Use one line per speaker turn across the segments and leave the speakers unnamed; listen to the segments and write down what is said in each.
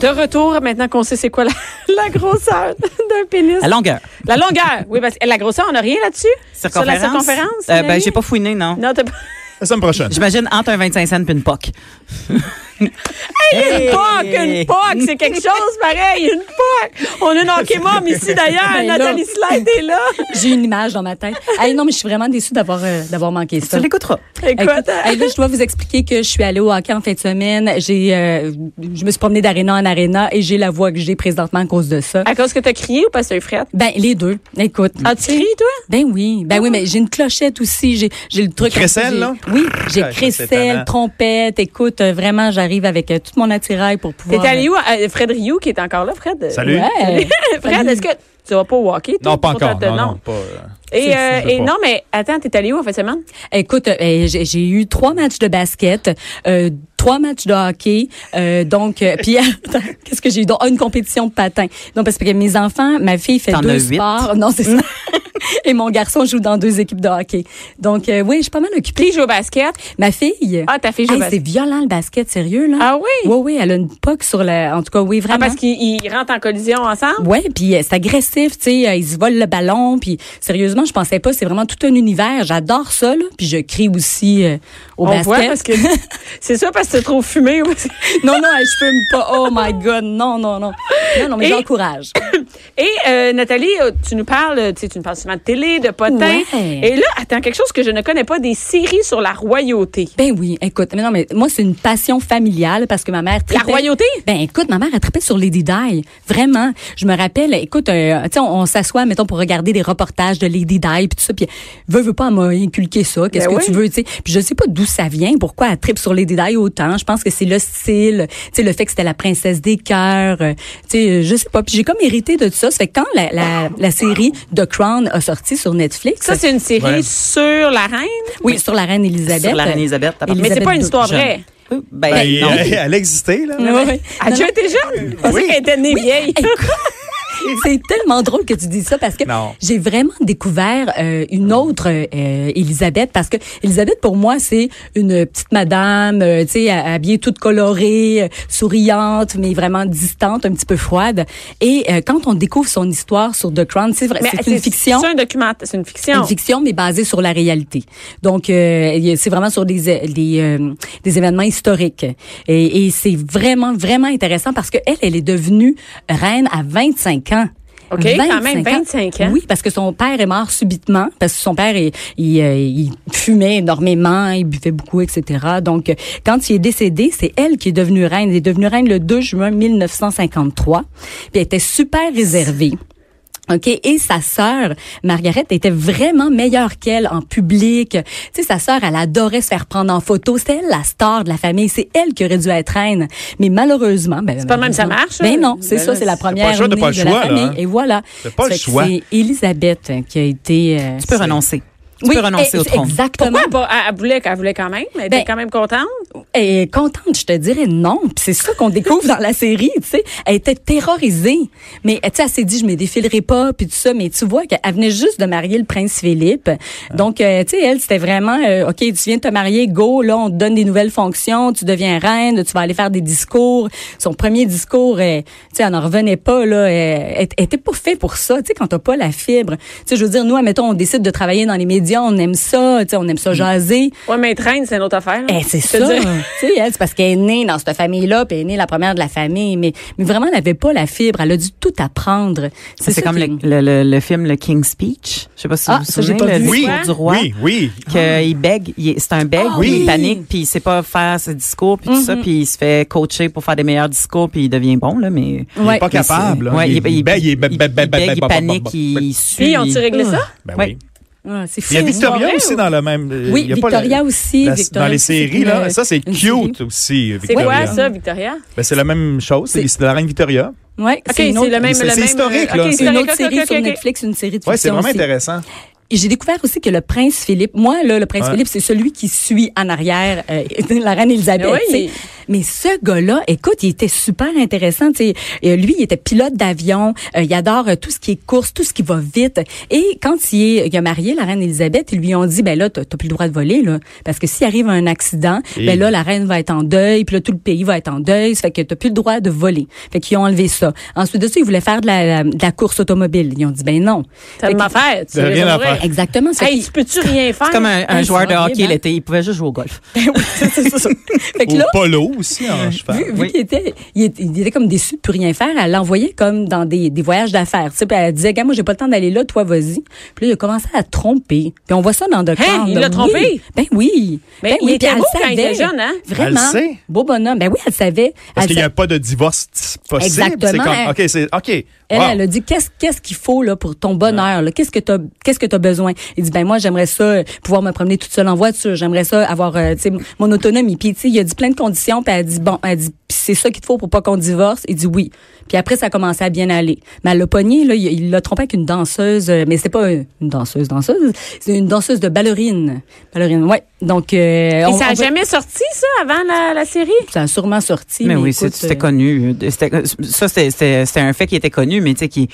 De retour, maintenant qu'on sait c'est quoi la, la grosseur d'un pénis.
La longueur.
La longueur. Oui, parce que la grosseur, on n'a rien là-dessus? Sur la circonférence?
Euh,
on a
ben,
rien?
j'ai pas fouiné, non.
Non, t'as pas.
La semaine prochaine.
J'imagine entre un 25 cents et une POC.
Hey, Une POC, une POC, c'est quelque chose pareil, une POC. On a une hockey mom ici d'ailleurs,
Ben là.
Nathalie Slide est là.
J'ai une image dans ma tête. Hey, non, mais je suis vraiment déçue d'avoir euh, d'avoir manqué ça.
Tu l'écouteras.
Écoute, euh,
Écoute, hey, là, je dois vous expliquer que je suis allée au hockey en fin de semaine. J'ai, euh, je me suis promenée d'aréna en aréna et j'ai la voix que j'ai présentement à cause de ça.
à cause que t'as crié ou parce que t'as eu frette?
Ben les deux. Écoute.
As-tu crié, toi?
Ben oui, ben oui, mais j'ai une clochette aussi, j'ai j'ai le truc.
Crécelle,
J'ai-
là?
Oui, j'ai
Ah, ça, c'est
crécelle,
étonnant.
trompette. Écoute, euh, vraiment, j'arrive avec euh, tout mon attirail pour pouvoir.
T'es allé où? Euh, Fred Rioux qui est encore là, Fred.
Salut.
Ouais.
Fred, est-ce que tu vas pas au hockey? toi,
Non, pas
pour ta-
encore.
ta-
Non, non, pas. euh,
Et, euh,
Je sais
et
pas.
non, mais attends, t'es allé où en fait semaine?
Écoute, euh, j'ai j'ai eu trois matchs de basket, euh, trois matchs de hockey, euh, donc euh, puis attends, qu'est-ce que j'ai eu donc ah, une compétition de patin. Donc parce que mes enfants, ma fille fait
T'en as
deux
huit.
sports, non c'est ça, et mon garçon joue dans deux équipes de hockey. Donc euh, oui, je suis pas mal occupée.
Qui joue au basket?
Ma fille.
Ah, ta fille joue au
Hey, c'est
basket.
violent le basket, sérieux là.
Ah oui?
Oui, oui, elle a une poque sur la. En tout cas, oui,
Ah,
vraiment.
parce qu'ils ils rentrent en collision ensemble?
Ouais, puis euh, c'est agressif, tu sais, euh, ils se volent le ballon, puis sérieusement, je pensais pas, c'est vraiment tout un univers, j'adore ça là, puis je crie aussi euh, au
On
basket.
voit parce que c'est ça parce que t'es trop fumé. ou-
Non non, hey, je fume pas. Oh my god, non non non. Non non, mais
Et-
j'encourage.
Et euh, Nathalie, euh, tu nous parles, tu sais, tu nous parles souvent de télé, de potins.
Ouais.
Et là, attends, quelque chose que je ne connais pas, des séries sur la royauté.
Ben oui, écoute, mais non mais moi c'est une passion familiale parce que ma mère
La
tripait-
royauté?
Ben écoute, ma mère a trippé sur Lady Di, vraiment. Je me rappelle, écoute, euh, tu sais, on, on s'assoit, mettons, pour regarder des reportages de Lady Di, puis tout ça, puis veux, veux pas, elle m'a inculqué ça, qu'est-ce
Ben
que
oui.
tu veux, tu sais. Puis je sais pas d'où ça vient, pourquoi elle trippe sur Lady Di autant. Je pense que c'est le style, tu sais, le fait que c'était la princesse des cœurs, euh, tu sais, je sais pas. Puis j'ai comme hérité de tout ça. Ça fait que quand la, la, la série The Crown a sorti sur Netflix,
Ça, c'est une série
Ouais.
sur la reine.
oui, sur la reine Elisabeth. euh,
Sur la reine Elisabeth. t'as parlé.
Mais c'est pas une
Elisabeth
histoire
Jeune.
vraie.
Oui,
Ben,
Ben, non.
elle, elle existait, là.
Oui, oui.
Elle a
Non,
déjà
non.
été jeune. Parce qu'elle était née vieille.
C'est tellement drôle que tu dis ça parce que
Non.
j'ai vraiment découvert euh, une autre euh, Elisabeth parce que Elisabeth pour moi c'est une petite madame, euh, tu sais ha- habillée toute colorée, euh, souriante mais vraiment distante, un petit peu froide. Et euh, quand on découvre son histoire sur The Crown, c'est vrai,
Mais
c'est une fiction.
C'est un documentaire. C'est une fiction.
Une fiction, mais basée sur la réalité. Donc, euh, il y a- c'est vraiment sur des é- des, euh, des événements historiques. Et, et c'est vraiment, vraiment intéressant parce que elle, elle est devenue reine à 25 ans.
OK, quand même, 25 ans.
Oui, parce que son père est mort subitement, parce que son père, il, il, euh, il fumait énormément, il buvait beaucoup, etc. Donc, euh, quand il est décédé, c'est elle qui est devenue reine. Elle est devenue reine le 2 juin 1953. Puis elle était super réservée. OK, et sa sœur, Margaret, était vraiment meilleure qu'elle en public. Tu sais, sa sœur, elle adorait se faire prendre en photo. C'était elle la star de la famille. C'est elle qui aurait dû être reine. Mais malheureusement... Ben,
C'est pas même ça marche,
malheureusement-
hein?
Ben non, c'est
Ben
ça,
là,
c'est la
c'est
première
pas le choix, t'as
née
pas le
de la
choix, là,
famille.
hein?
Et voilà.
T'as pas
Ça
le
fait que
choix.
C'est Elisabeth qui a été... euh,
Tu peux renoncer. Tu
oui,
peux renoncer
eh,
au trône.
Exactement.
Pourquoi elle, pas- elle- elle voulait, elle voulait quand même? Elle était
Ben,
quand même contente?
Et contente, je te dirais non. Puis c'est ça qu'on découvre dans la série, tu sais. Elle était terrorisée. Mais, tu sais, elle s'est dit, je me défilerai pas, puis tout ça. Mais tu vois qu'elle venait juste de marier le prince Philippe. Donc, euh, tu sais, elle, c'était vraiment, euh, OK, tu viens de te marier, go, là, on te donne des nouvelles fonctions, tu deviens reine, tu vas aller faire des discours. Son premier discours, euh, tu sais, elle n'en revenait pas, là. euh, Elle elle était pas fait pour ça, tu sais, quand t'as pas la fibre. Tu sais, je veux dire, nous, admettons, on décide de travailler dans les médias, on aime ça, tu sais, on aime ça jaser.
Ouais, mais être reine, c'est une autre affaire. là.
Eh, c'est
Hein? Je te
ça.
dirais-
Tu sais, elle, c'est parce qu'elle est née dans cette famille-là, puis elle est née la première de la famille, mais, mais vraiment, elle n'avait pas la fibre. Elle a dû tout apprendre.
C'est
ça
comme
qui-
le, le, le- le film Le King's Speech. Je sais pas si
Ah,
vous vous
ça,
souvenez,
j'ai pas
le
vu.
Oui,
discours du roi.
oui, oui.
qu'il bègue, il est- c'est un bègue,
Ah
puis
oui. Mm-hmm.
il panique, puis il sait pas faire ses discours, puis tout ça, puis il se fait coacher pour faire des meilleurs discours, puis il devient bon là, mais
Il
Ouais.
est pas
mais c'est-
capable. là.
Ouais, il, il,
bègue,
il
bègue, bègue, bègue,
bègue,
bègue,
il
bègue,
panique,
bègue,
il,
bègue.
il sue.
Puis, ont-tu
il-
réglé ça?
Ben
Ouais.
oui.
Ah, c'est
Il y a
fou.
Victoria
soirée,
aussi
ou-
dans le même. euh,
Oui,
il y a pas
Victoria
le-
aussi.
la-
Victoria
dans les
aussi,
séries,
une-
là, ça c'est
une
cute aussi,
C'est
Victoria.
quoi ça, Victoria?
Ben, c'est la même chose, c'est
C'est-
c'est la reine Victoria.
Ouais,
OK,
c'est
c'est
une autre,
le même.
c'est
le même-
historique,
OK,
là. C'est
c'est une
historique,
autre
OK,
série
OK,
sur
OK.
Netflix, une série de fiction
Ouais, c'est vraiment
aussi.
intéressant.
Et j'ai découvert aussi que le prince Philippe, moi, là, le prince
Ouais.
Philippe, c'est celui qui suit en arrière euh, la reine Elisabeth.
Oui.
tu sais. Mais ce gars-là, écoute, il était super intéressant. tu sais. Euh, lui, il était pilote d'avion. Euh, il adore euh, tout ce qui est course, tout ce qui va vite. Et quand il, est, il a marié la reine Elisabeth, ils lui ont dit, ben là, t'as t'as plus le droit de voler, là. Parce que s'il arrive un accident,
Et-
ben là, la reine va être en deuil, puis là, tout le pays va être en deuil. Ça fait que t'as plus le droit de voler. Fait qu'ils ont enlevé ça. Ensuite de ça, ils voulaient faire de la, la- de la course automobile. Ils ont dit, ben non.
T'as
Fait
de
que-
m'affaire. Tu
T'as rien à faire.
Exactement. Ça fait
Hey,
que-
tu peux-tu rien faire?
C'est comme un, un
Hey,
joueur
ça
de
va
hockey
bien,
l'été, il pouvait juste jouer au golf.
fait que
Au
là,
polo aussi, en cheval.
Vu, vu
Oui.
qu'il était, il, était- il était comme déçu de plus rien faire, elle l'envoyait comme dans des, des voyages d'affaires. Tu sais, puis elle disait, gars, moi, j'ai pas le temps d'aller là, toi, vas-y. Puis là, il a commencé à tromper. Puis on voit ça dans Doctor.
Hein, il
là.
l'a trompé?
Oui. Ben oui.
Mais
ben
il
oui,
était
puis elle
beau quand il
savait.
était jeune, hein?
Vraiment.
Elle le sait.
Beau bonhomme. Ben oui, elle savait.
Parce
Elle
qu'il n'y
sa-
a pas de divorce t- possible. C'est
Exactement.
comme, OK, c'est, OK.
Elle,
wow.
elle a dit qu'est-ce qu'est-ce qu'il faut là pour ton bonheur là Qu'est-ce que t'as qu'est-ce que t'as besoin Il dit ben moi j'aimerais ça euh, pouvoir me promener toute seule en voiture. J'aimerais ça avoir euh, tu sais, mon autonomie. Puis tu sais, il a dit plein de conditions. Puis elle dit bon, elle dit Puis c'est ça qu'il te faut pour pas qu'on divorce. Il dit oui. Puis après ça a commencé à bien aller. Mais elle l'a pogné là, il- il l'a trompé avec une danseuse, euh, mais c'est pas euh, une danseuse danseuse, c'est une danseuse de ballerine. Ballerine, ouais. Donc euh,
Et
on-
ça
on
n'a
va-
jamais sorti, ça, avant la, la série?
ça a sûrement sorti.
Mais oui, c'est-
écoute,
c'était
euh,
connu. C'était- Ça, c'était- c'était c'était un fait qui était connu, mais tu sais, qui,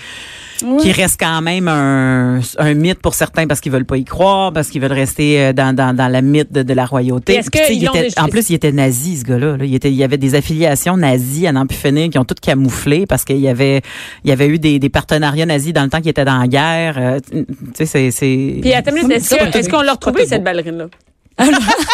qui reste quand même un, un mythe pour certains parce qu'ils veulent pas y croire, parce qu'ils veulent rester euh, dans, dans, dans la mythe de, de la royauté.
Mais est-ce
Puis, tu sais,
qu'ils
il
ont
était-
des-
en plus, il était nazi, ce gars-là. là. Il, était, il y avait des affiliations nazies à n'en plus finir qui ont toutes camouflé parce qu'il y avait, il y avait eu des, des partenariats nazis dans le temps qui étaient dans la guerre. Euh, tu sais, c'est- c'est...
Puis attends, une minute, est-ce
C'est pas
que- est-ce
tout-
qu'on l'a
c'est pas
retrouvée,
tout
cette
beau.
ballerine-là?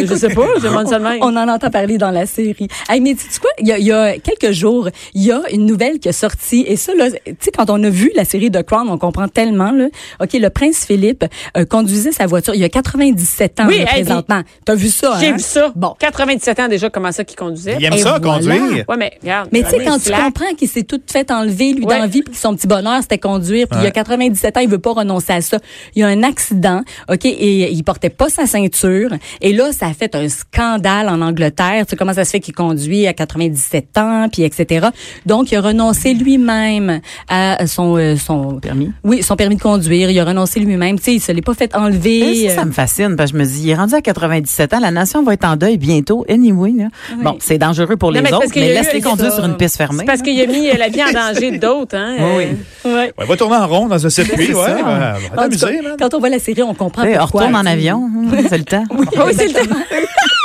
je sais pas, je demande seulement.
On en entend parler dans la série. Hey, mais tu quoi? Il y, a, il y a quelques jours, il y a une nouvelle qui est sortie. Et ça, là, tu sais, quand on a vu la série The Crown, on comprend tellement, là. OK, le prince Philippe euh, conduisait sa voiture. Il y a 97 ans,
Oui,
là,
hey,
présentement. T'as vu ça,
J'ai
hein?
vu ça. Bon.
Bon.
97 ans déjà, comment ça qu'il conduisait?
Il aime
Et
ça,
voilà.
conduire.
Ouais, mais regarde.
Mais tu sais, quand tu
Slack.
comprends qu'il s'est tout fait enlever, lui,
Ouais.
dans la vie, puis que son petit bonheur, c'était conduire, puis il y a
Ouais.
97 ans, il veut pas renoncer à ça. Il y a un accident, OK, et il portait pas sa ceinture. Et là, ça a fait un scandale en Angleterre. Tu sais, comment ça se fait qu'il conduit à 97 ans, puis etc. Donc, il a renoncé lui-même à son... euh, son
Permis.
Oui, son permis de conduire. Il a renoncé lui-même. Tu sais, il se l'est pas fait
Et
enlever.
euh,
euh.
ça, ça me fascine parce que je me dis, il est rendu à 97 ans, la nation va être en deuil bientôt, anyway. là. Bon, c'est dangereux pour
Non,
les
mais c'est parce
autres,
qu'il y
mais
a eu
laisse-les
ça.
conduire sur une piste fermée.
C'est parce qu'il a mis euh, la vie en danger d'autres, hein?
Oui,
euh,
oui.
Ouais.
Ouais, va tourner en rond dans un circuit.
C'est
ouais,
ça.
ouais, va
En tout
t'amuser,
cas,
man.
quand on voit la série, on comprend
Eh, on
pourquoi.
retourne en
tu sais.
avion, hein, c'est le temps.
Ah oui, c'est le temps.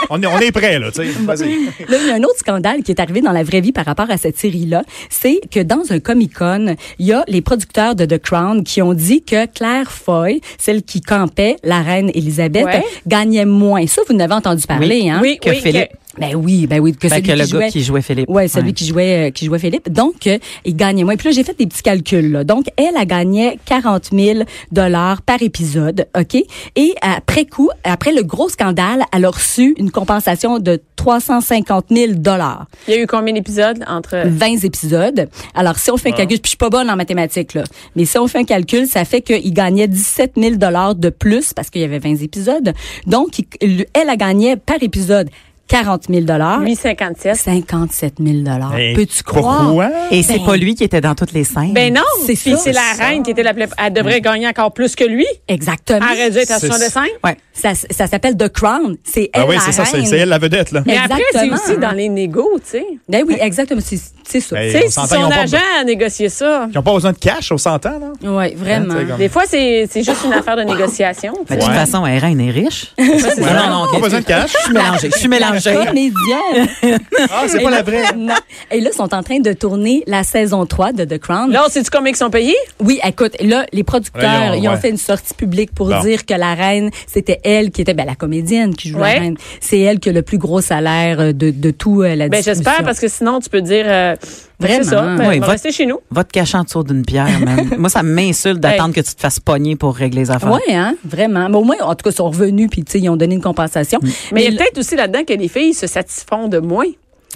On est, on est prêt, là, tu sais. Vas-y.
Là, il y a un autre scandale qui est arrivé dans la vraie vie par rapport à cette série-là. C'est que dans un Comic-Con, il y a les producteurs de The Crown qui ont dit que Claire Foy, celle qui campait la reine Elisabeth,
Ouais.
gagnait moins. Ça, vous en avez entendu parler, hein?
Oui,
Que
oui.
Philippe.
que-
Ben oui, ben oui, que
Fait
celui
que le
qui
gars
jouait...
qui jouait Philippe.
Ouais, celui qui jouait euh, qui jouait Philippe. Donc, euh, il gagnait moins. Puis là, j'ai fait des petits calculs. là. Donc, elle a gagné 40 000 dollars par épisode, ok. Et après coup, après le gros scandale, elle a reçu une compensation de 350 000 dollars.
Il y a eu combien d'épisodes entre.
20 épisodes. Alors, si on fait un calcul, puis je suis pas bonne en mathématiques, là, mais si on fait un calcul, ça fait qu'il gagnait 17 000 de plus parce qu'il y avait 20 épisodes. Donc, il- elle a gagné par épisode 40 000
1057.
57 000
Hey,
Ah,
hein?
Peux-tu croire?
Pourquoi?
Et c'est
Ben-
pas lui qui était dans toutes les scènes.
Ben non,
C'est
puis
ça.
c'est la
C'est
reine qui était la plus. Elle devrait gagner encore plus que lui.
Exactement.
Ah, Elle aurait dû être à
C'est-
65.
Ouais.
Ça, ça s'appelle The Crown. C'est elle
Ah oui,
la
c'est ça, c'est
reine.
c'est elle la vedette, là.
Mais après, c'est
Exactement.
aussi dans les négos, tu sais.
Ben oui, exactement. C'est c'est ça.
Hey.
Tu
Et
sais,
on
si
s'entend, ils
son
ont pas-
agent a négocié ça.
Ils n'ont pas besoin de cash, on s'entend, là.
Oui, vraiment.
Hein, tu sais, comme-
Des fois, c'est c'est juste une affaire de négociation. tu
Ben,
sais.
De toute
Ouais.
façon, elle est reine, elle est riche.
c'est
Non,
ça.
non, non,
Pas
ok.
besoin de cash.
Je suis mélangée, je suis mélangée.
Comédienne.
Ah, c'est pas la vraie.
Non. Et là, ils sont en train de tourner la saison 3 de The Crown.
Là, c'est-tu combien ils sont payés?
Oui, écoute, là, les producteurs,
Voyons,
ils ont
ouais.
fait une sortie publique pour
Bon.
dire que la reine, c'était elle qui était ben, la comédienne qui joue
Ouais.
la reine. C'est elle qui a le plus gros salaire euh, de, de tout euh, la
Ben,
distribution.
j'espère, parce que sinon, tu peux dire. euh,
Vraiment.
C'est ça. Ben,
Oui,
on va
votre-
rester chez nous.
Va te cacher en dessous d'une pierre, man. Moi, ça m'insulte d'attendre que tu te fasses pogner pour régler les affaires.
Ouais, hein, vraiment. Mais au moins, en tout cas, ils sont revenus puis tu sais, ils ont donné une compensation.
Mais il y
le-
a peut-être aussi là-dedans que les filles se satisfont de moins.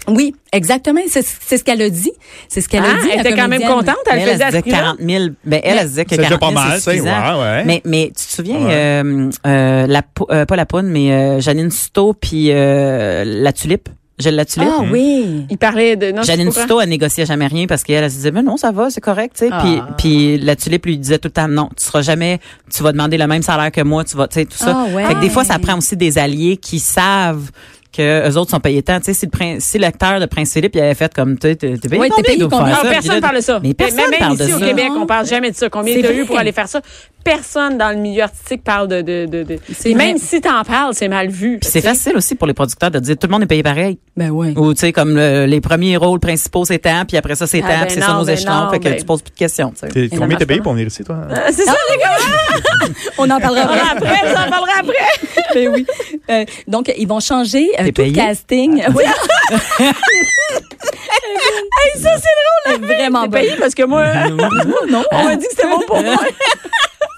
oui, exactement. C'est c'est ce qu'elle a dit. C'est ce qu'elle
Ah,
a dit.
elle
la
était quand même
comédienne.
contente. Elle,
Mais
faisait
elle,
à
elle
ce
se disait
prix-là.
40 000. Ben, elle, elle se disait que
C'est déjà
40
pas
000,
mal,
c'est
tu sais,
suffisant.
ouais, ouais.
Mais, mais tu te souviens,
Ouais.
euh, euh, la, pou- euh, pas la poune, mais euh, Janine Souto puis euh, la tulipe. J'ai la tulipe.
Ah oui.
Il parlait de. Non, je
Janine
comprends.
Souto, elle négociait jamais rien parce qu'elle elle se disait, mais non, ça va, c'est correct, tu sais.
Ah.
Puis, puis la tulipe lui disait tout le temps, non, tu seras jamais, tu vas demander le même salaire que moi, tu vas, tu sais, tout ça.
Ah ouais.
Fait que des fois, ça prend aussi des alliés qui savent que les autres sont payés tant. Tu sais, si le prin- si l'acteur de Prince Philippe il avait fait comme tu sais, t'es t'es payé
Ouais, t'es
combien
payé
pour faire
combien?
Non,
ça?
Ah,
Puis
personne
là,
ne parle de ça.
Mais personne
même
parle de
ici,
ça.
au Québec, on parle jamais de ça. Combien
C'est
t'as eu
vrai.
pour aller faire ça? Personne dans le milieu artistique parle de... de, de, de-
C'est
Et Même
vrai.
si t'en parles, c'est mal vu.
Puis c'est facile aussi pour les producteurs de dire tout le monde est payé pareil.
Ben ouais.
Ou tu sais comme le- les premiers rôles principaux c'est tant, puis après ça c'est
Ah,
tant,
ben
puis c'est ça
non,
nos
ben
échelons,
non,
fait que
ben-
tu poses plus de questions. tu sais.
T'es-
ça
Combien
marche
t'es payé
pas.
pour venir ici, toi?
Euh, C'est ça, les gars.
On en
On en
parlera
parlera après, on en parlera après.
Ben oui. Euh, donc, ils vont changer euh,
T'es
tout le
payé?
casting. Oui.
Ça, c'est drôle, la
Vraiment
T'es payé parce que moi, on m'a dit que c'était bon pour moi.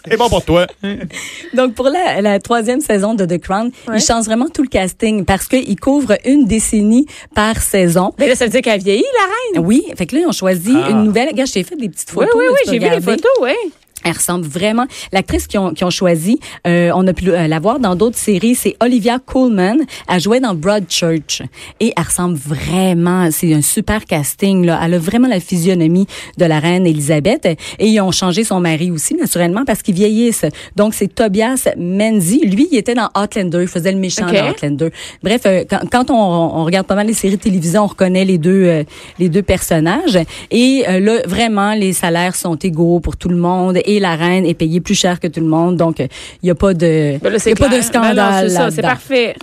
C'est bon pour toi.
Donc, pour la, la troisième saison de The Crown,
Ouais.
ils changent vraiment tout le casting parce qu'ils couvrent une décennie par saison.
Mais là, ça veut dire qu'elle vieillit, la reine.
Oui, fait que là, ils ont choisi une nouvelle. Regarde, je t'ai fait des petites
Ah. Oui,
photos.
oui,
là,
oui,
tu peux
j'ai vu les
regarder.
photos, oui.
Elle ressemble vraiment. L'actrice qu'ils ont, qu'ils ont choisie, euh, on a pu euh, la voir dans d'autres séries, c'est Olivia Coleman. Elle jouait dans Broadchurch. Et elle ressemble vraiment, c'est un super casting. Là. Elle a vraiment la physionomie de la reine Elisabeth. Et ils ont changé son mari aussi, naturellement, parce qu'ils vieillissent. Donc, c'est Tobias Menzies. Lui, il était dans Outlander. Il faisait le méchant
Ok.
dans Outlander. Bref, euh, quand, quand on, on regarde pas mal les séries télévisées, on reconnaît les deux, euh, les deux personnages. Et euh, là, vraiment, les salaires sont égaux pour tout le monde et la reine est payée plus cher que tout le monde. Donc, euh, il n'y a pas de,
Ben là,
y
c'est
a pas
clair.
de
Ben non,
scandale.
c'est ça, c'est
là-dedans.
parfait.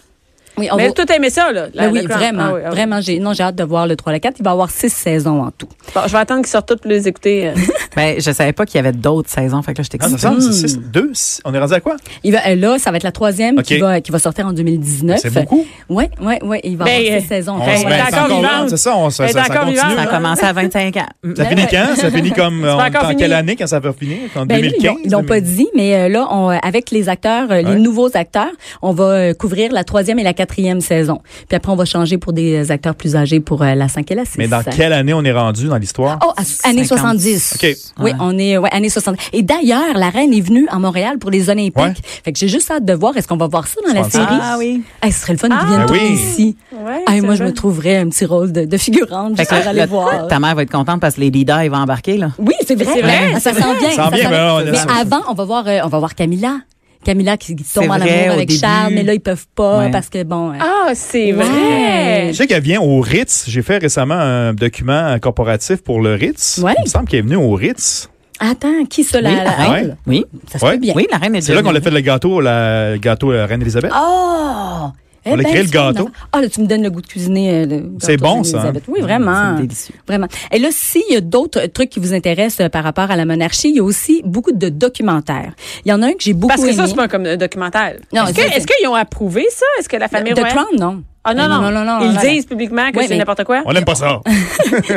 Oui, on
Mais
va-
tout aimé ça, là. la-
ben oui,
la Crown.
vraiment,
Ah oui, ah oui.
vraiment. J'ai, non, j'ai hâte de voir le 3 la 4. Il va y avoir six saisons en tout.
Bon, je vais attendre qu'ils sortent toutes pour les écouter. euh.
Ben je savais pas qu'il y avait d'autres saisons, fait que là j'étais
Ah, ça
excitée.
semble, c'est six, deux, six. On est rendu à quoi?
Il va, euh, là, ça va être la troisième qui,
Ok. Ah,
va, qui va sortir en 2019.
C'est beaucoup.
Ouais, ouais, ouais. Il va y
Ben,
avoir
euh,
six saisons.
On
ben,
se-
elle est
c'est
encore vivante.
long, C'est ça, on, ça,
Elle est
ça, ça
encore
continue.
vivante.
Ça a
hein?
commencé à 25 ans. Mm,
Ça
Ben
finit
ouais.
quand? Ça finit comme
pas
en
encore
en
fini.
quelle année quand ça va finir? En
Ben là, ils
2015?
l'ont- ils l'ont pas dit, mais euh, là, on, euh, avec les acteurs,
Ouais.
euh, les nouveaux acteurs, on va euh, couvrir la troisième et la quatrième saison. Puis après, on va changer pour des acteurs plus âgés pour euh, la cinq et la six.
Mais dans quelle année on est rendu dans l'histoire?
Oh, à- années
50.
70.
OK.
Oui,
Ah,
on est ouais, années 70. Et d'ailleurs, la reine est venue à Montréal pour les Olympiques.
Ouais.
Fait que j'ai juste hâte de voir est-ce qu'on va voir ça dans la
70.
série.
Ah oui.
Eh, ce serait le fun qu'ils
Ah,
viennent
Ben oui.
tous ici.
Ouais,
Ah, et
c'est
moi, je
bon.
me trouverais un petit rôle de, de figurante
Fait
juste
que
pour
là,
aller
là,
voir.
ta mère va être contente parce que Lady Di va embarquer là.
Oui, c'est vrai.
C'est vrai,
Ah, ça
c'est
sent bien.
Ben, Ça sent bien, mais on a
mais
ça.
avant, on va voir, euh, on va voir Camilla. Camilla qui, qui tombe
C'est
en
vrai,
amour
au
avec
début.
Charles, mais là, ils peuvent pas
Ouais.
parce que bon. euh,
Ah, c'est vrai.
Ouais.
Je sais qu'elle vient au Ritz. J'ai fait récemment un document corporatif pour le Ritz.
Ouais.
Il me semble qu'elle est venue au Ritz.
Attends, qui ça, la,
Oui,
la-
la reine. Oui.
Ça se
Ah Ouais.
fait bien.
Oui, la reine est
C'est là qu'on
devenue-
a fait le gâteau, la, le gâteau la Reine Elisabeth.
Oh! Eh
On a
ben,
créé le
c'est bon.
gâteau.
Ah, là, tu me donnes le goût de cuisiner. euh, le
C'est
gâteau
bon,
Reine
ça, hein?
Élisabeth. Oui, vraiment.
C'est délicieux.
Vraiment. Et là, s'il y a d'autres trucs qui vous intéressent euh, par rapport à la monarchie, il y a aussi beaucoup de documentaires. Il y en a un que j'ai beaucoup
Parce que
aimé.
ça, c'est pas comme un documentaire.
Non,
Est-ce que-
c'est-
est-ce qu'ils ont approuvé ça? Est-ce que la famille
The
royale-
Crown, non.
Ah non,
Euh,
non.
non, non, non,
Ils
non,
disent publiquement que
Ouais,
c'est
mais-
n'importe quoi.
On n'aime pas ça.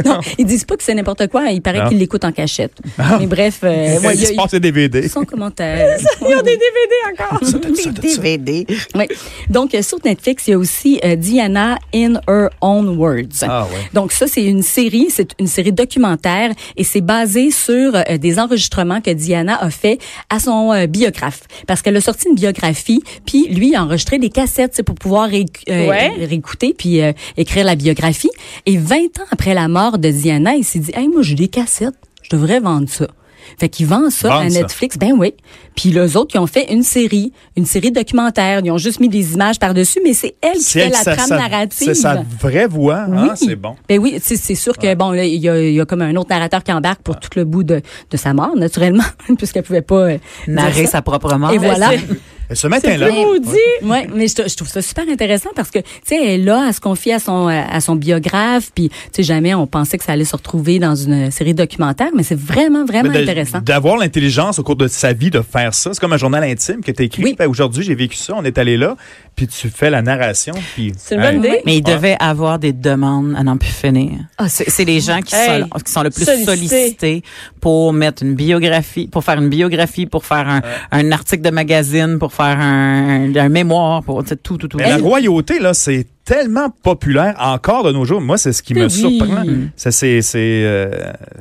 non, ils disent pas que c'est n'importe quoi. Il paraît
Non. Ah.
qu'ils l'écoutent en cachette. Mais bref, euh, ouais,
Il
il y a-
se passe des DVD.
sans commentaire.
Ils ont des DVD encore.
DVD.
Oui. Donc, euh, sur Netflix, il y a aussi euh, Diana in Her Own Words.
Ah ouais.
Donc, ça, c'est une série, c'est une série documentaire et c'est basé sur euh, des enregistrements que Diana a fait à son euh, biographe. Parce qu'elle a sorti une biographie, puis lui, il a enregistré des cassettes c'est pour pouvoir ré- euh,
Ouais.
ré- réécouter puis euh, écrire la biographie. Et 20 ans après la mort de Diana, il s'est dit, « Hey, moi, j'ai des cassettes, je devrais vendre ça. » Fait qu'il vend ça
Vendre
à
ça.
Netflix. Netflix, ben oui. Puis les autres, ils ont fait une série, une série documentaire. Ils ont juste mis des images par-dessus, mais c'est elle qui fait
elle,
la
sa-
trame
sa-
narrative.
C'est sa vraie voix. hein, c'est bon.
Ben oui, tu sais, c'est sûr que bon, là, il y, a- il y a comme un autre narrateur qui embarque pour tout le bout de, de sa mort, naturellement, puisqu'elle pouvait pas euh, dire
Narrer
ça.
sa propre mort.
Et voilà.
Et ce
C'est
matin-là,
plus maudit.
Ouais, mais je, je trouve ça super intéressant parce que tu sais elle est là, elle se confie à son euh, à son biographe, puis tu sais jamais on pensait que ça allait se retrouver dans une série documentaire, mais c'est vraiment vraiment
Mais de-
intéressant.
D'avoir l'intelligence au cours de sa vie de faire ça. C'est comme un journal intime que tu écrit.
Oui.
Ben, Aujourd'hui, j'ai vécu ça, on est allé là, puis tu fais la narration. puis-
C'est une bonne
Hey.
idée.
Mais il devait avoir des demandes à n'en plus finir.
Ah,
C'est c'est les gens qui,
Hey,
sont, qui sont le plus
sollicité.
sollicités pour mettre une biographie, pour faire une biographie, pour faire un, un article de magazine, pour faire un, un- un mémoire, pour tu sais, tout, tout, tout.
Mais la royauté, là, c'est tellement populaire encore de nos jours. Moi, c'est ce qui me
Oui.
surprend. Ça, C'est c'est, euh,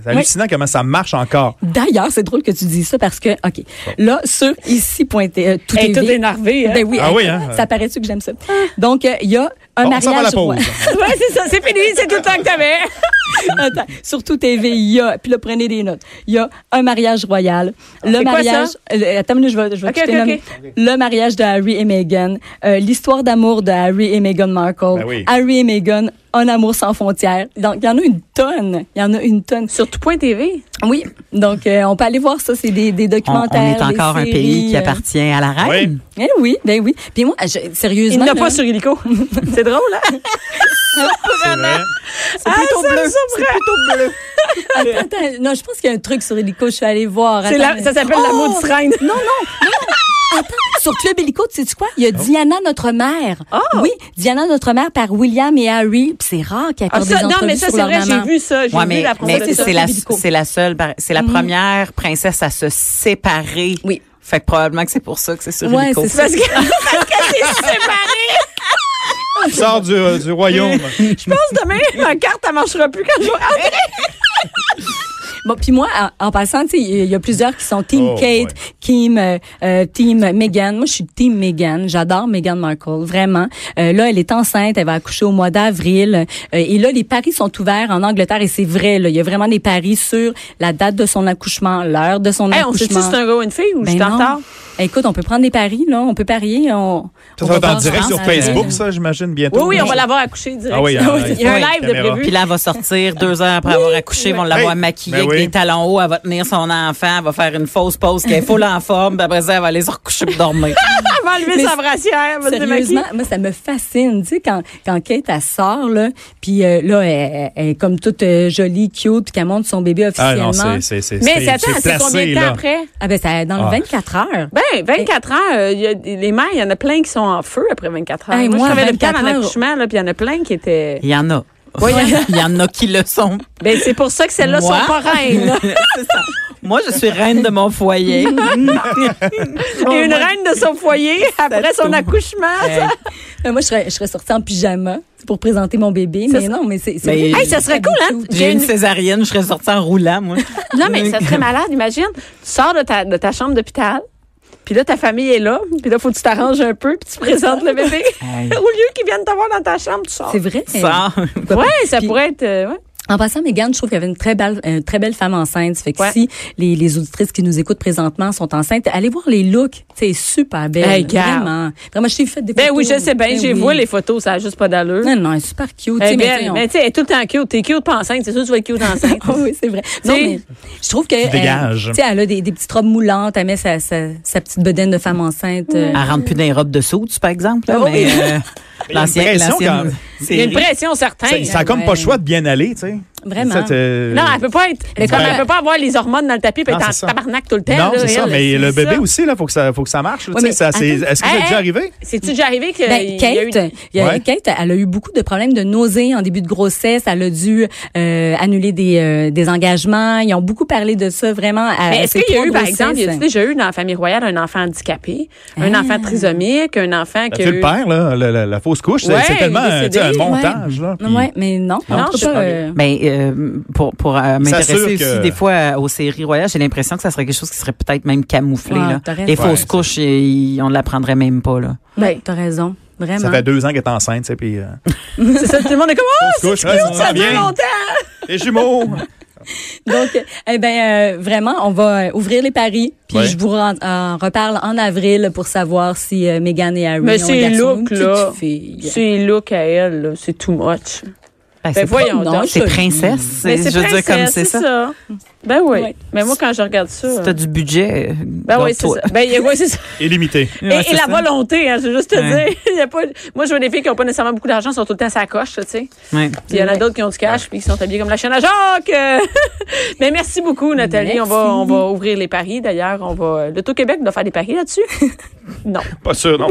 c'est hallucinant comment ça marche encore.
D'ailleurs, c'est drôle que tu dis ça parce que, OK, là, sur ici, pointé, euh, tout
Elle est
est
toute
vie.
énervée. hein. Ah.
Ben oui,
Ah
euh,
oui, hein?
ça paraît-tu que j'aime ça? Donc, euh, il y a un
Bon, on
mariage
s'en va à la
roi.
pause.
Ouais, c'est ça. C'est fini. C'est tout le temps que t'avais.
Attends, surtout TV, il y a, puis là, prenez des notes. Il y a un mariage royal, le
C'est quoi
mariage.
ça?
euh, attends une minute, je vais, je vais
Ok,
tout
ok,
énommer.
ok.
Le mariage de Harry et Meghan, euh, l'histoire d'amour de Harry et Meghan Markle,
Ben oui.
Harry et Meghan, un amour sans frontières. Donc, il y en a une tonne. Il y en a une tonne.
Sur tout point TV.
Oui, donc euh, on peut aller voir ça, c'est des, des
On,
documentaires.
on est
des
encore un
séries,
pays qui
euh.
appartient à la
Ah.
reine.
Eh oui, ben oui. Puis moi, je-
Il
sérieusement,
n'a
là,
pas sur Illico. C'est drôle, hein? Ah,
C'est vrai.
C'est plutôt
ça me
bleu. C'est
surprend.
plutôt bleu.
attends, attends, non, je pense qu'il y a un truc sur Hélico, je suis allée voir.
C'est
Attends,
la- ça s'appelle la
Oh!
maudite reine.
Non, non, non, non. Attends, sur Club Hélico, tu sais quoi? Il y
Oh.
a Diana, notre mère.
Oh!
Oui, Diana, notre mère par William et Harry. Puis c'est rare qu'il y ait
Ah,
des
ça,
entrevues
non, mais ça,
sur
c'est
leur
vrai, j'ai
maman.
vu ça. J'ai
Ouais,
vu
mais,
la promo
mais
de
c'est
ça.
c'est la,
Bibico.
c'est la seule, par- c'est la première princesse à se séparer.
Mhm. Oui.
Fait que probablement que c'est pour ça que c'est sur
Ouais,
Illico.
c'est ça.
Parce que, parce que t'es séparée.
Sors du, euh, du royaume.
Je pense demain, ma carte, elle marchera plus quand je vais rentrer.
Bon, puis moi, en, en passant, tu sais, il y a plusieurs qui sont Team
Oh,
Kate,
ouais.
Team, euh, euh, team Meghan. Moi, je suis Team Meghan. J'adore Meghan Markle, vraiment. Euh, là, elle est enceinte, elle va accoucher au mois d'avril. Euh, et là, les paris sont ouverts en Angleterre et c'est vrai. Là, il y a vraiment des paris sur la date de son accouchement, l'heure de son
Hey, on sait si
accouchement.
c'est un gars ou une fille ou je
Ben
suis en
non.
retard?
Écoute, on peut prendre des paris, là. On peut parier. On,
Ça ça
on
va être en
voir
direct
ça
sur
ensemble.
Facebook, ça, j'imagine, bientôt.
Oui, oui, on va l'avoir accouché direct.
Ah oui, il y a un live.
il y a un live de
Caméra.
Puis
prévu.
là, elle va sortir deux heures après avoir accouché, vont l'avoir
Hey,
maquillée
ben
avec
oui.
des talons hauts, elle va tenir son enfant, elle va faire une fausse pause qu'elle est full en forme, puis après ça, elle va aller se recoucher pour dormir.
Elle va enlever
Mais
sa brassière. elle va se
Sérieusement, moi, ça me fascine. Tu sais, quand, quand Kate, elle sort, là, puis euh, là, elle, elle- elle est comme toute euh, jolie, cute, puis qu'elle montre son bébé
Ah
officiellement.
non, c'est- c'est c'est
démaquiller. Mais attends, c'est
placé,
combien de temps
là.
après?
Ah ben, ça, dans
Ah.
le 24 heures.
Ben, 24 ans, euh, il y a, des- les mères, il y en a plein qui sont en feu après 24 heures.
Hey,
moi,
moi,
je travaillais à l'hôpital
24
en
heures.
accouchement, là, puis il y en a plein qui étaient...
Il y en a.
Oui, il y en
Il y en a qui le sont.
Ben, c'est pour ça que celles-là sont
Moi?
pas reines. là.
C'est ça. Moi, je suis reine de mon foyer.
Et une reine de son foyer après son
tout.
accouchement.
Euh,
Euh, moi, je serais, je serais sortie en pyjama pour présenter mon bébé.
Ça
mais
serait-
non, mais c'est... c'est
Mais-
vrai.
Hey, ça serait cool, hein?
J'ai une
J'ai
césarienne, je serais sortie en roulant, moi.
une- Non, mais ça serait malade, imagine. Tu sors de ta, de ta chambre d'hôpital, puis là, ta famille est là, puis là, faut que tu t'arranges un peu, puis tu présentes le bébé.
Hey.
Au lieu qu'ils viennent te voir dans ta chambre, tu sors.
C'est vrai.
Ça.
Ouais, ça
Puis-
pourrait être... euh, ouais.
En passant, Mégane, je trouve qu'il y avait une très belle, une très belle femme enceinte. Fait que
Ouais.
si les, les auditrices qui nous écoutent présentement sont enceintes, allez voir les looks. C'est super belle.
Hey, garde.
vraiment. Vraiment, je t'ai fait des
Ben oui,
photos.
je sais bien,
Ben
j'ai
oui.
vu les photos, ça a juste pas d'allure.
Non, non, elle est super cute.
Elle
Tu sais,
est
mais
belle,
tu sais, on-
mais tu sais, elle est tout le temps cute. T'es cute pas enceinte, c'est sûr que tu vas être cute enceinte.
Ah oui, c'est vrai. Non,
sais-
mais je trouve que. euh,
dégages.
Tu sais, elle a des, des petites robes moulantes, elle met sa, sa, sa petite bedaine de femme enceinte. euh.
Elle rentre plus dans les robes de soude, par exemple. Là,
Ah oui.
mais euh,
Il y a une
l'ancien-
pression
l'ancienne
quand-
Il y a une
série.
pression certaine.
Ça- Ça a comme pas le choix de bien aller, tu sais.
Vraiment.
Mm. Ça euh, te-
Non, elle peut pas être.
Mais
comme
comme-
elle peut pas avoir les hormones dans le tapis et
Non,
être en
c'est ça.
tabarnak tout le temps.
Non,
là,
c'est ça,
elle,
mais
c'est
le bébé
ça.
aussi, là, faut que ça, faut que ça marche. là,
Ouais,
tu
mais
sais, ça, c'est-
attends.
Est-ce que c'est
Hey,
déjà
hey.
arrivé?
C'est-tu déjà arrivé que.
Ben,
il y a eu-
Kate, il y a-
Ouais.
Kate, elle a eu beaucoup de problèmes de nausées en début de grossesse. Elle a dû euh, annuler des, euh, des engagements. Ils ont beaucoup parlé de ça, vraiment. à-
Mais
à
est-ce
ces
qu'il y a
trois
eu, par
grossesses.
exemple, y a déjà eu dans la famille royale un enfant handicapé, un
Ah.
enfant trisomique, un enfant
Ben,
qui.
Tu
a
le
eu-
perds, là, la, la- la fausse couche. c'est-
Ouais,
c'est tellement
il est
euh, tu sais, un
décédé.
montage. Là, puis-
Ouais, mais non.
Non,
en
je
tout
sais
cas,
pas.
euh,
Mais euh, pour, pour euh, m'intéresser
s'assure
aussi
que-
des fois euh, aux séries royales, j'ai l'impression que ça serait quelque chose qui serait peut-être même camouflé.
Ouais,
là.
t'as raison.
Les fausses
Ouais,
couches, ils- on ne l'apprendrait même pas. Là.
Ben,
T'as raison. Vraiment.
Ça fait deux ans qu'elle est enceinte, tu sais, puis... euh,
c'est ça, tout le monde est comme. Oh,
fausse couche, ouais,
ça dure
bien.
longtemps!
Les jumeaux!
Donc, euh, eh ben, euh, vraiment, on va euh, ouvrir les paris. Puis
Ouais.
je vous ren- en reparle en avril pour savoir si euh, Meghan et Harry
Mais
ont
ces
un garçon ou une
looks,
petite
là,
fille.
C'est look à elle, là, c'est too much.
Ben,
Ben,
c'est pas-
voyons
non,
donc.
c'est
joli.
princesse.
Mais
Ben,
c'est- je veux dire, comme
princesse,
c'est ça.
Ben oui.
Ouais.
Mais moi, quand je regarde ça.
Si tu as du budget, euh,
Ben oui, c'est
garde-toi.
ça. Ben, y a- ouais, c'est ça.
Illimité.
Et,
Ouais,
et
c'est
la
ça.
volonté, hein, je veux juste te
Ouais.
dire. Il y a pas, moi, je vois des filles qui n'ont pas nécessairement beaucoup d'argent, sont tout le temps sa coche, tu sais.
Ouais.
Puis il y en a d'autres qui ont du cash, puis qui sont habillés comme la chaîne à Jacques. Euh, Mais merci beaucoup, Nathalie. On, va, on va ouvrir les paris, d'ailleurs. on va. L'Auto-Québec doit faire des paris là-dessus? non.
Pas sûr, non.